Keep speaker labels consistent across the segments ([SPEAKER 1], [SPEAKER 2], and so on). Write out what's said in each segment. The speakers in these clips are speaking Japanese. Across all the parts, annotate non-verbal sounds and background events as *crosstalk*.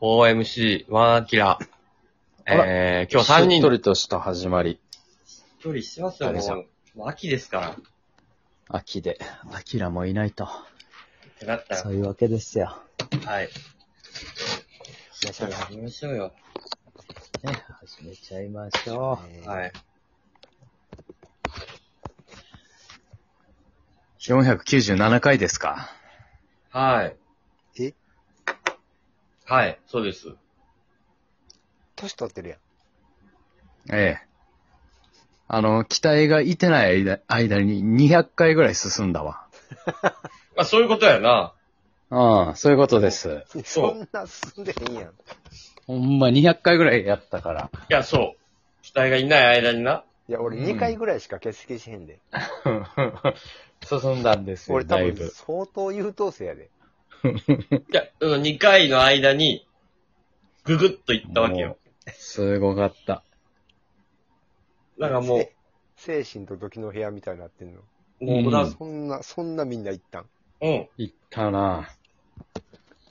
[SPEAKER 1] OMC、ワンアキラ。
[SPEAKER 2] あら
[SPEAKER 1] えー、今日
[SPEAKER 2] し
[SPEAKER 1] 3
[SPEAKER 2] っ
[SPEAKER 1] 人
[SPEAKER 2] と
[SPEAKER 1] で。
[SPEAKER 2] りとした始まり。
[SPEAKER 1] 距離してますよ、
[SPEAKER 2] あれじゃん
[SPEAKER 1] もう。もう秋ですから。
[SPEAKER 2] 秋で。アキラもいないと。
[SPEAKER 1] ってなったら。
[SPEAKER 2] そういうわけですよ。
[SPEAKER 1] はい。
[SPEAKER 2] じゃあそれ
[SPEAKER 1] 始めましょうよ。
[SPEAKER 2] ね、始めちゃいましょう。
[SPEAKER 1] はい。
[SPEAKER 2] 497回ですか。
[SPEAKER 1] はい。
[SPEAKER 3] え
[SPEAKER 1] はい、そうです。
[SPEAKER 3] 年取ってるやん。
[SPEAKER 4] ええ。あの、期待がいてない間間に200回ぐらい進んだわ。
[SPEAKER 1] まあ、そういうことやな。
[SPEAKER 4] ああ、そういうことです。
[SPEAKER 1] そう
[SPEAKER 3] *laughs* そんな進んでへんやん。
[SPEAKER 4] ほんま200回ぐらいやったから。 *laughs*
[SPEAKER 1] いや、そう。期待がいない間にな。
[SPEAKER 3] いや、俺
[SPEAKER 4] うん
[SPEAKER 3] 2回ぐらいしか欠席しへんで。
[SPEAKER 4] 進んだんですよ、
[SPEAKER 3] 俺多
[SPEAKER 4] だい
[SPEAKER 3] 分
[SPEAKER 4] ぶ。
[SPEAKER 3] 相当優等生やで。
[SPEAKER 1] いや、その2回の間に、ぐぐっといったわけ
[SPEAKER 4] も
[SPEAKER 1] よ。
[SPEAKER 4] うすごかった。
[SPEAKER 1] だからも
[SPEAKER 3] せ精神と時の部屋みたいになってんの。
[SPEAKER 1] う、もう小田、
[SPEAKER 4] うん
[SPEAKER 3] そんな、そんなみんな行ったん。
[SPEAKER 1] うん。
[SPEAKER 4] いったな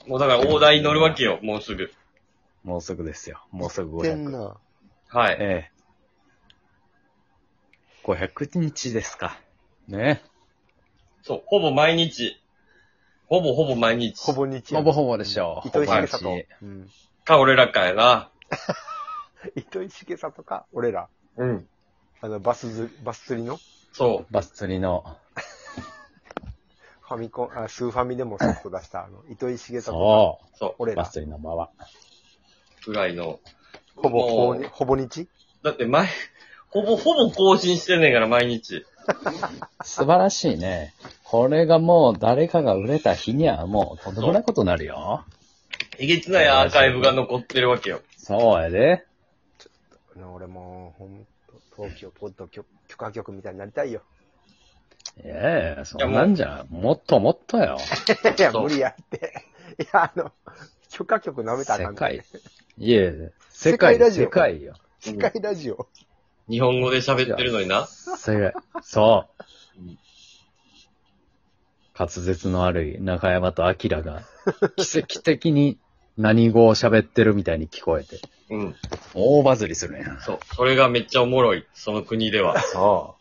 [SPEAKER 1] もうだから大台に乗るわけよ、もうすぐ。
[SPEAKER 4] もうすぐですよ。もうすぐ
[SPEAKER 3] てん
[SPEAKER 4] 500。
[SPEAKER 3] な。
[SPEAKER 1] はい。
[SPEAKER 4] ええ。500日ですか。ね
[SPEAKER 1] そう、ほぼ毎日。ほぼほぼ毎日。
[SPEAKER 3] ほぼ日
[SPEAKER 4] え。
[SPEAKER 3] や
[SPEAKER 4] ほ
[SPEAKER 3] ん
[SPEAKER 4] ぼほぼでしょう。
[SPEAKER 3] 糸井重
[SPEAKER 4] ほぼ
[SPEAKER 3] 里
[SPEAKER 4] 日。
[SPEAKER 3] うん。
[SPEAKER 1] か、俺らかやな。
[SPEAKER 3] 糸井重里か、俺ら。
[SPEAKER 1] うん。
[SPEAKER 3] あの、バスず、バス釣りの
[SPEAKER 1] そ、
[SPEAKER 4] バス釣りの。
[SPEAKER 3] ファミコン、あ、スーファミでもソフト出した、あの、糸井重里、
[SPEAKER 4] そう
[SPEAKER 1] そ
[SPEAKER 3] 俺
[SPEAKER 4] う。バ
[SPEAKER 3] ら
[SPEAKER 4] ス。釣りのまわ。
[SPEAKER 1] う、ぐらいの。
[SPEAKER 3] ほぼ、ほ
[SPEAKER 1] も
[SPEAKER 3] ぼ
[SPEAKER 1] う
[SPEAKER 3] ほぼ日
[SPEAKER 1] だって、毎、ほぼほぼ更新してんねんから、毎日。
[SPEAKER 4] 素晴らしいね。これがもう誰かが売れた日にはもうとんでもないことになるよ。
[SPEAKER 1] えげつないアーカイブが残ってるわけよ。
[SPEAKER 4] そうやで。
[SPEAKER 3] あの俺もう、ほんと、東京ポッド許許可局みたいになりたいよ。
[SPEAKER 4] ええそんなんじゃ、もっともっとよ。
[SPEAKER 3] *laughs* いや、
[SPEAKER 1] そう
[SPEAKER 3] 無理やって。いや、あの、許可局舐めたらあか
[SPEAKER 4] 世
[SPEAKER 3] んで
[SPEAKER 4] 界。いえ、世界、
[SPEAKER 3] 世界ラジオ
[SPEAKER 4] 世界よ。
[SPEAKER 3] 世界ラジオ。
[SPEAKER 1] 日本語で喋ってるのにな。
[SPEAKER 4] 世界、そう
[SPEAKER 1] うん。
[SPEAKER 4] 滑舌の悪い中山と明が、奇跡的に何語を喋ってるみたいに聞こえて、
[SPEAKER 1] うん。
[SPEAKER 4] 大バズりするんや。
[SPEAKER 1] そう。それがめっちゃおもろい。その国では。
[SPEAKER 4] そう。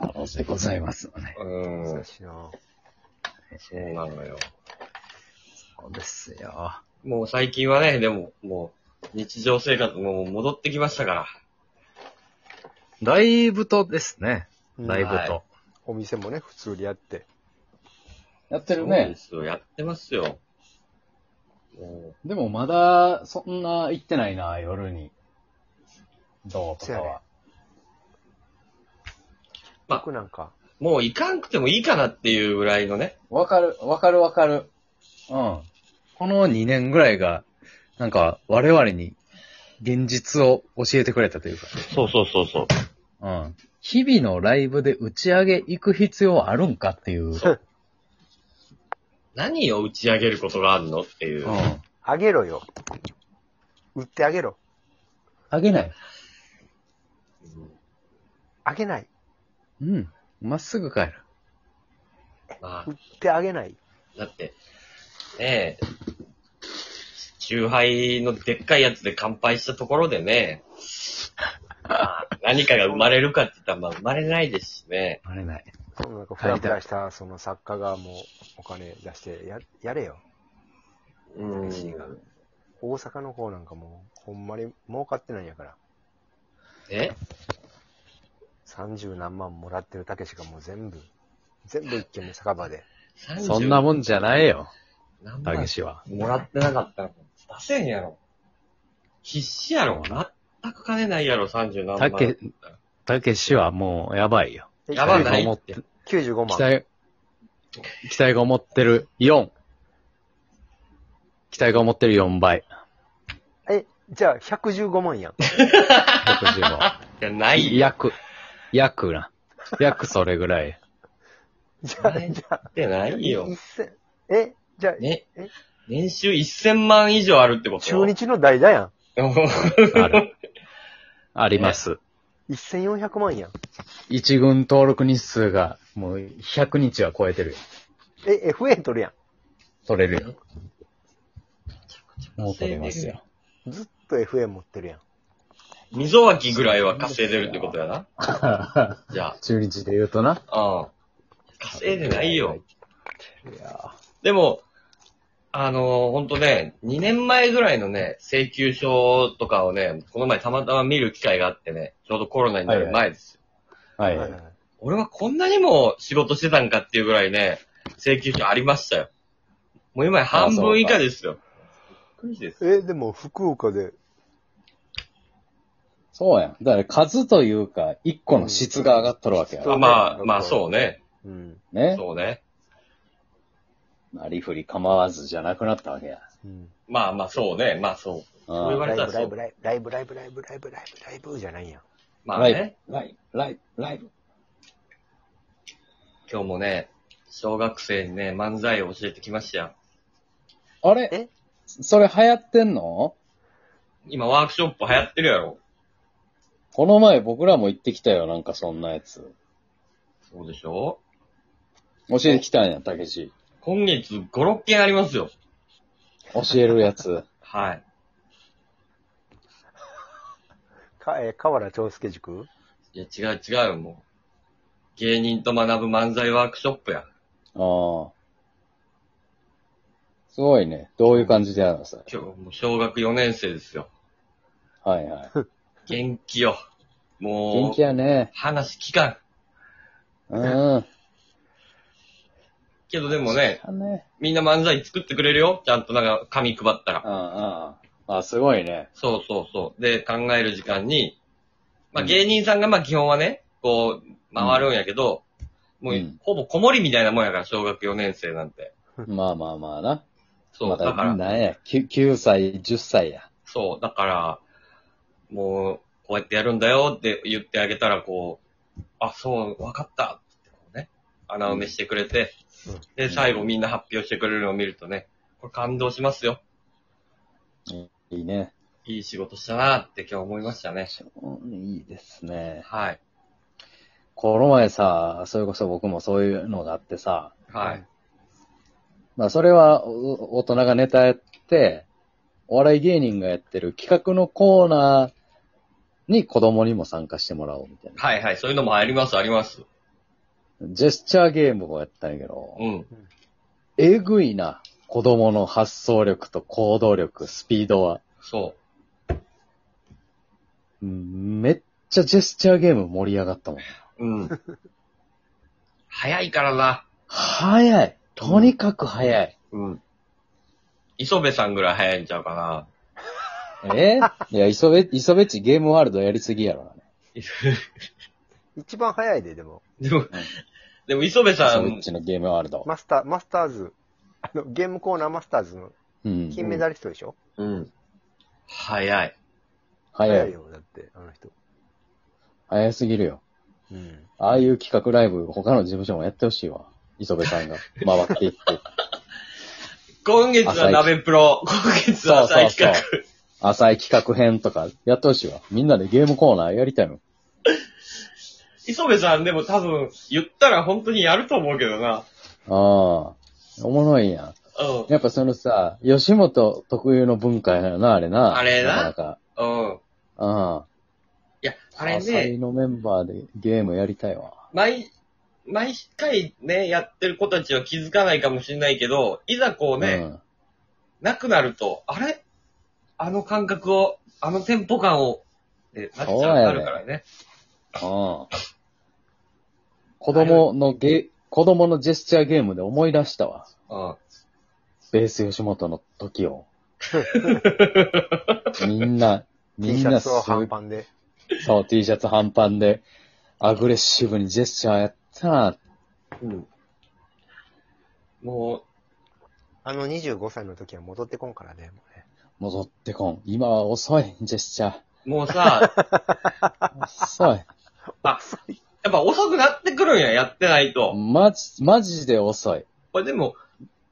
[SPEAKER 4] 可能性ございますのね。
[SPEAKER 1] う
[SPEAKER 3] そ
[SPEAKER 1] ー。
[SPEAKER 3] うんしな
[SPEAKER 1] そうなのよ。
[SPEAKER 4] そうですよ。
[SPEAKER 1] もう最近はね、でも、もう、日常生活ももう戻ってきましたから。
[SPEAKER 4] だいぶとですね。だいぶと。
[SPEAKER 1] は
[SPEAKER 3] お店もね、普通にやって。
[SPEAKER 4] やって
[SPEAKER 1] そうで。すよ。やってますよ。も
[SPEAKER 4] でもまだ、そんな行ってないな、夜に。どうと
[SPEAKER 3] せ
[SPEAKER 4] か
[SPEAKER 3] やね
[SPEAKER 4] は。
[SPEAKER 1] ま
[SPEAKER 3] 僕なんか、
[SPEAKER 1] う、もう行かんくてもいいかなっていうぐらいのね。
[SPEAKER 4] わかる、わかるわかる。うん。この2年ぐらいが、なんか、我々に現実を教えてくれたというか。
[SPEAKER 1] そうそうそうそう。
[SPEAKER 4] うん。日々のライブで打ち上げ行く必要あるんかっていう。う
[SPEAKER 1] 何を打ち上げることがあるのっていう。
[SPEAKER 4] ん。
[SPEAKER 3] あげろよ。売ってあげろ。
[SPEAKER 4] あげない。
[SPEAKER 3] あげない。
[SPEAKER 4] うん。まっすぐ帰る。
[SPEAKER 1] ま
[SPEAKER 3] 売ってあげない。
[SPEAKER 1] あ、だって、ねえ、チューハイのでっかいやつで乾杯したところでね、まあ何かが生まれるかって言ったら、まあ生まれないですしね。
[SPEAKER 4] あれない。
[SPEAKER 3] そのなんか、ふらふらした、その作家がもう、お金出して、や、やれよ。
[SPEAKER 1] うん。
[SPEAKER 3] 大阪の方なんかもう、ほんまに儲かってないんやから。
[SPEAKER 1] え
[SPEAKER 3] 30何万もらってるたけしがもう全部、全部一軒も酒場で。
[SPEAKER 4] そんなも
[SPEAKER 1] ん、
[SPEAKER 4] んじゃないよ、
[SPEAKER 1] 何
[SPEAKER 4] た
[SPEAKER 1] 万
[SPEAKER 4] けしは。
[SPEAKER 1] もらってなかったら、出せんやろ。必死やろ。全く金ないやろ、30何万。
[SPEAKER 4] たけ、たけしはもうやばいよ。
[SPEAKER 3] え
[SPEAKER 1] やば
[SPEAKER 4] 期待
[SPEAKER 1] な
[SPEAKER 4] が
[SPEAKER 1] い
[SPEAKER 4] 思
[SPEAKER 1] っ
[SPEAKER 4] って
[SPEAKER 1] て。
[SPEAKER 3] 95万。
[SPEAKER 4] 期待、期待が思ってる4。期待が思ってる4倍。
[SPEAKER 3] え、じゃあ115万
[SPEAKER 1] *laughs*
[SPEAKER 3] やん。
[SPEAKER 4] *laughs* 65。
[SPEAKER 1] いや、ないよ。
[SPEAKER 4] 約、約な。約それぐらい。
[SPEAKER 3] じゃあ、
[SPEAKER 1] ない
[SPEAKER 3] じゃあ、
[SPEAKER 1] ってないよ。
[SPEAKER 3] 一千、え、じゃあ、
[SPEAKER 1] ね
[SPEAKER 3] え、
[SPEAKER 1] 年収1000万以上あるってこと
[SPEAKER 3] 中日の代打やん。
[SPEAKER 4] あ *laughs* る。あります。
[SPEAKER 3] 1400万やん。
[SPEAKER 4] 一軍登録日数がもう100日は超えてるよ。
[SPEAKER 3] え、FA 取るやん。
[SPEAKER 4] 取れるよ。
[SPEAKER 2] もう取れます
[SPEAKER 4] *laughs*
[SPEAKER 2] よ。
[SPEAKER 3] ずっと FA 持ってるやん。
[SPEAKER 1] *laughs* 溝脇ぐらいは稼いでるってことやな。じゃ
[SPEAKER 4] 中日で言うとな。
[SPEAKER 1] あ。うん。稼いでないよ。
[SPEAKER 4] いや
[SPEAKER 1] でも、あのー、ほんとね、2年前ぐらいのね、請求書とかをね、この前たまたま見る機会があってね、ちょうどコロナになる前ですよ。
[SPEAKER 4] は
[SPEAKER 3] はいはい
[SPEAKER 4] い。
[SPEAKER 1] 俺はこんなにも仕事してたんかっていうぐらいね、請求書ありましたよ。もう今や半分以下ですよ。びっくりです。
[SPEAKER 3] え、でも福岡で、
[SPEAKER 4] そうやん。だから数というか、一個の質が上がっとるわけや
[SPEAKER 3] う
[SPEAKER 1] あ
[SPEAKER 4] ろ。
[SPEAKER 3] ん
[SPEAKER 1] まあ、まあそうね。
[SPEAKER 3] うん。
[SPEAKER 4] ね。
[SPEAKER 1] そうね。
[SPEAKER 4] なりふり構わずじゃなくなったわけや。
[SPEAKER 3] うん
[SPEAKER 1] まあまあそうね。まあそう。
[SPEAKER 4] うん
[SPEAKER 1] 言われ
[SPEAKER 3] ライ
[SPEAKER 1] たら
[SPEAKER 3] ブ、
[SPEAKER 1] そ
[SPEAKER 3] ライブ、
[SPEAKER 1] う。
[SPEAKER 3] ライブ、ライブ、ライブ、ライブ、ライブ、ライブ、ライブじゃないやん。
[SPEAKER 1] まあね。
[SPEAKER 4] ライブ、ライブ、ライブ。
[SPEAKER 1] 今日もね、小学生にね、漫才を教えてきましたよ。
[SPEAKER 4] あれ
[SPEAKER 3] え
[SPEAKER 4] それ流行ってんの
[SPEAKER 1] 今ワークショップ流行ってるやろ。
[SPEAKER 4] この前僕らも行ってきたよ、なんかそんなやつ。
[SPEAKER 1] そうでしょ
[SPEAKER 4] 教えてきたんや、たけし。
[SPEAKER 1] 今月5、6件ありますよ。
[SPEAKER 4] 教えるやつ。
[SPEAKER 1] はい。
[SPEAKER 3] か、えー、河原長介塾
[SPEAKER 1] いや、違う違う、もう。芸人と学ぶ漫才ワークショップや。
[SPEAKER 4] *laughs* ああ。すごいね。どういう感じでやるのそれ。
[SPEAKER 1] 今日、もう小学4年生ですよ。
[SPEAKER 4] はいはい。
[SPEAKER 1] 元気よ。もう、
[SPEAKER 4] *laughs* 元気やね。
[SPEAKER 1] 話聞かん。
[SPEAKER 4] うん。
[SPEAKER 1] けどでもね、
[SPEAKER 4] だね。
[SPEAKER 1] みんな漫才作ってくれるよ。ちゃんとなんか紙配ったら。
[SPEAKER 4] うんうん。あ、すごいね。
[SPEAKER 1] そうそうそう。で、考える時間に、まあ芸人さんがまあ基本はね、こう、回るんやけど、もう、
[SPEAKER 4] うん
[SPEAKER 1] ほぼ子守みたいなもんやから、小学4年生なんて。
[SPEAKER 4] まあまあまあな。
[SPEAKER 1] そう、
[SPEAKER 4] ま
[SPEAKER 1] だから。
[SPEAKER 4] なんや、9, 9歳、10歳や。
[SPEAKER 1] そう、だから、もう、こうやってやるんだよって言ってあげたら、こう、あ、そう、わかったってこうね、穴埋めしてくれて、
[SPEAKER 3] うん
[SPEAKER 1] で、最後みんな発表してくれるのを見るとね、これ感動しますよ。
[SPEAKER 4] いいね。
[SPEAKER 1] いい仕事したなって今日思いましたね。
[SPEAKER 4] うんいいですね。
[SPEAKER 1] はい。
[SPEAKER 4] この前さ、それこそ僕もそういうのがあってさ、
[SPEAKER 1] はい。
[SPEAKER 4] まあそれはお大人がネタやって、お笑い芸人がやってる企画のコーナーに子供にも参加してもらおうみたいな。
[SPEAKER 1] はいはい。そういうのもあります、あります。
[SPEAKER 4] ジェスチャーゲームをやったんやけど、
[SPEAKER 1] うん。
[SPEAKER 4] えぐいな。子供の発想力と行動力、スピードは。
[SPEAKER 1] そ
[SPEAKER 4] うんめっちゃジェスチャーゲーム盛り上がったもん。
[SPEAKER 1] う。うん。早いからな。
[SPEAKER 4] 早いとにかく早い、
[SPEAKER 1] うん。磯部さんぐらい早いんちゃうかな。
[SPEAKER 4] え *laughs* いや、磯部、磯部っちゲームワールドやりすぎやろな。
[SPEAKER 3] 一番早いで、でも。
[SPEAKER 1] でも、でも磯部さ
[SPEAKER 4] 磯部っ
[SPEAKER 1] ん、
[SPEAKER 4] ちのゲームワールド。
[SPEAKER 3] マスター、マスターズ、あの、ゲームコーナーマスターズの
[SPEAKER 4] うん。
[SPEAKER 3] 金メダリストでしょ、
[SPEAKER 1] うん。早い。
[SPEAKER 4] 早
[SPEAKER 3] 早い
[SPEAKER 4] い。
[SPEAKER 3] よ、だって、あの人。
[SPEAKER 4] 早すぎるよ。
[SPEAKER 3] うん。
[SPEAKER 4] ああいう企画ライブ、他の事務所もやってほしいわ。磯部さんが
[SPEAKER 1] *laughs*
[SPEAKER 4] 回っていって。
[SPEAKER 1] 今月は鍋プロ、今月は再企画。
[SPEAKER 4] 浅い企画編とかやってほしいわ。みんなでゲームコーナーやりたいの。
[SPEAKER 1] 磯部さんでも多分、言ったら本当にやると思うけどな。
[SPEAKER 4] ああ。おもろいやん。
[SPEAKER 1] う
[SPEAKER 4] やっぱそのさ、吉本特有の文化やな、あれな。
[SPEAKER 1] あれな
[SPEAKER 4] なかな
[SPEAKER 1] ん。
[SPEAKER 4] か。
[SPEAKER 1] うん。
[SPEAKER 4] うん。
[SPEAKER 1] いや、あれ
[SPEAKER 4] 朝日
[SPEAKER 1] ね、
[SPEAKER 4] のメンバーでゲームやりたいわ。
[SPEAKER 1] 毎、毎回ね、やってる子たちは気づかないかもしれないけど、いざこうね、
[SPEAKER 4] うん。
[SPEAKER 1] なくなると、あれあの感覚を、あのテンポ感を、ってなっちゃう
[SPEAKER 4] そうやね
[SPEAKER 1] なるからね。
[SPEAKER 4] うん。子供のゲ、子供のジェスチャーゲームで思い出したわ。
[SPEAKER 1] うん。
[SPEAKER 4] ベース吉本の時
[SPEAKER 3] *laughs*
[SPEAKER 4] を。みんな、
[SPEAKER 3] T
[SPEAKER 4] み
[SPEAKER 3] シ
[SPEAKER 4] ん
[SPEAKER 3] ャ
[SPEAKER 4] な
[SPEAKER 3] ツ
[SPEAKER 4] す
[SPEAKER 3] を半パンで。
[SPEAKER 4] そう、T シャツ半パンで、アグレッシブにジェスチャーやったな。
[SPEAKER 1] うん。も
[SPEAKER 3] あの25歳の時は戻ってこんからね、もうね。
[SPEAKER 4] 戻ってこん。今は遅い、ジェスチャ
[SPEAKER 1] う、もう *laughs* さ、
[SPEAKER 4] ー。遅い。
[SPEAKER 1] やっぱ遅くなってくるんや、やってないと。
[SPEAKER 4] マジ、マジで遅い。
[SPEAKER 1] これでも、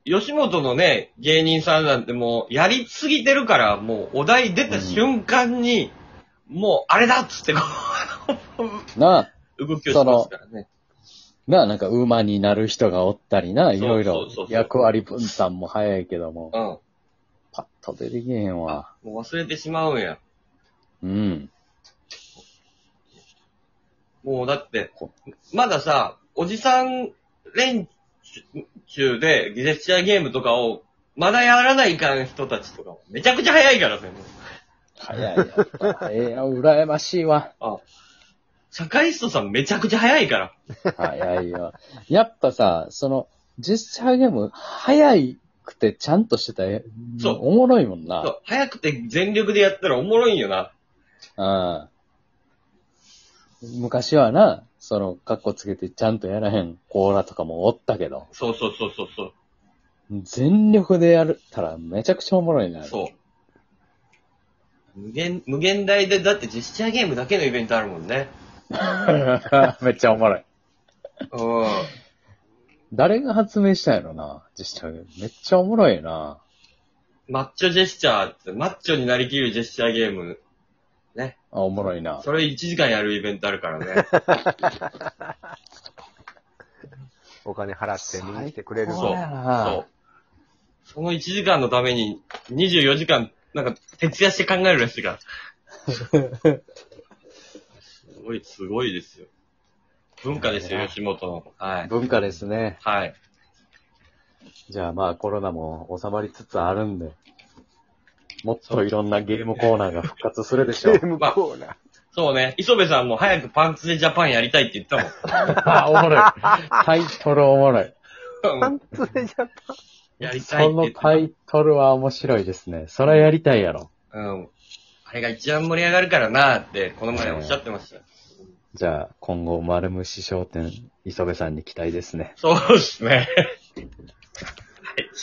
[SPEAKER 1] 吉本のね、芸人さんなんてもう、やりすぎてるから、もう、お題出た瞬間に、もう、あれだっつって、こ
[SPEAKER 4] なあ、
[SPEAKER 1] う、動きをしますからね。
[SPEAKER 4] なあ、なんか馬になる人がおったりな、いろいろ
[SPEAKER 1] そうそうそうそう
[SPEAKER 4] 役割分担も早いけども、
[SPEAKER 1] うん。
[SPEAKER 4] パッと出てけへんわ。
[SPEAKER 1] もう忘れてしまうんや。
[SPEAKER 4] うん。
[SPEAKER 1] もうだって
[SPEAKER 4] こ、
[SPEAKER 1] まださ、おじさん連中でジェスチャーゲームとかを、まだやらないかん人たちとか、めちゃくちゃ早いからね。もう
[SPEAKER 4] 早いやっぱ。ええや、羨ましいわ。
[SPEAKER 1] 社会ストさんめちゃくちゃ早いから。
[SPEAKER 4] 早いよ。やっぱさ、その、ジェスチャーゲーム、早くてちゃんとしてたらえ
[SPEAKER 1] そう
[SPEAKER 4] おもろいもんな。
[SPEAKER 1] そう早くて全力でやったらおもろいんよな。
[SPEAKER 4] うん。昔はな、その、カッコつけてちゃんとやらへんコーラとかもおったけど、
[SPEAKER 1] そうそうそうそうそう。
[SPEAKER 4] 全力でやるたらめちゃくちゃおもろいな。
[SPEAKER 1] そう。無限、無限大で、だってジェスチャーゲームだけのイベントあるもんね。
[SPEAKER 4] *laughs* めっちゃおもろい。
[SPEAKER 1] うん。
[SPEAKER 4] 誰が発明したんやろな、ジェスチャーゲーム。めっちゃおもろいな。
[SPEAKER 1] マッチョジェスチャーって、マッチョになりきるジェスチャーゲーム。
[SPEAKER 4] あ、おもろいな。
[SPEAKER 1] それ1時間やるイベントあるからね。
[SPEAKER 3] お金払って見に来てくれる。
[SPEAKER 1] そう
[SPEAKER 4] そうやな
[SPEAKER 1] そう。その1時間のために、24時間、なんか、徹夜して考えるらしいから。
[SPEAKER 4] *laughs*
[SPEAKER 1] すごい、すごいですよ。文化ですよ、吉本の。はい。
[SPEAKER 4] 文化ですね。
[SPEAKER 1] はい。
[SPEAKER 4] じゃあまあコロナも収まりつつあるんで、もっといろんなゲームコーナーが復活するでしょ
[SPEAKER 3] ゲ
[SPEAKER 4] う
[SPEAKER 3] ー。ムコーナー。
[SPEAKER 1] そうね。磯部さんも早くパンツでジャパンやりたいって言った
[SPEAKER 4] *laughs* あ、おもろい。タイトルおもろい。 *laughs*
[SPEAKER 1] もん。うん
[SPEAKER 3] それじゃ
[SPEAKER 1] やりたい
[SPEAKER 4] そ
[SPEAKER 1] って言っ
[SPEAKER 4] の
[SPEAKER 1] てた。
[SPEAKER 4] タイトルは面白いですね。それやりたいやろ。
[SPEAKER 1] うん。あれが一番盛り上がるからなーって、この前おっしゃってました。
[SPEAKER 4] じゃあ、今後、丸虫 *laughs* 商店、磯部さんに期待ですね。
[SPEAKER 1] そうですね。はい。終了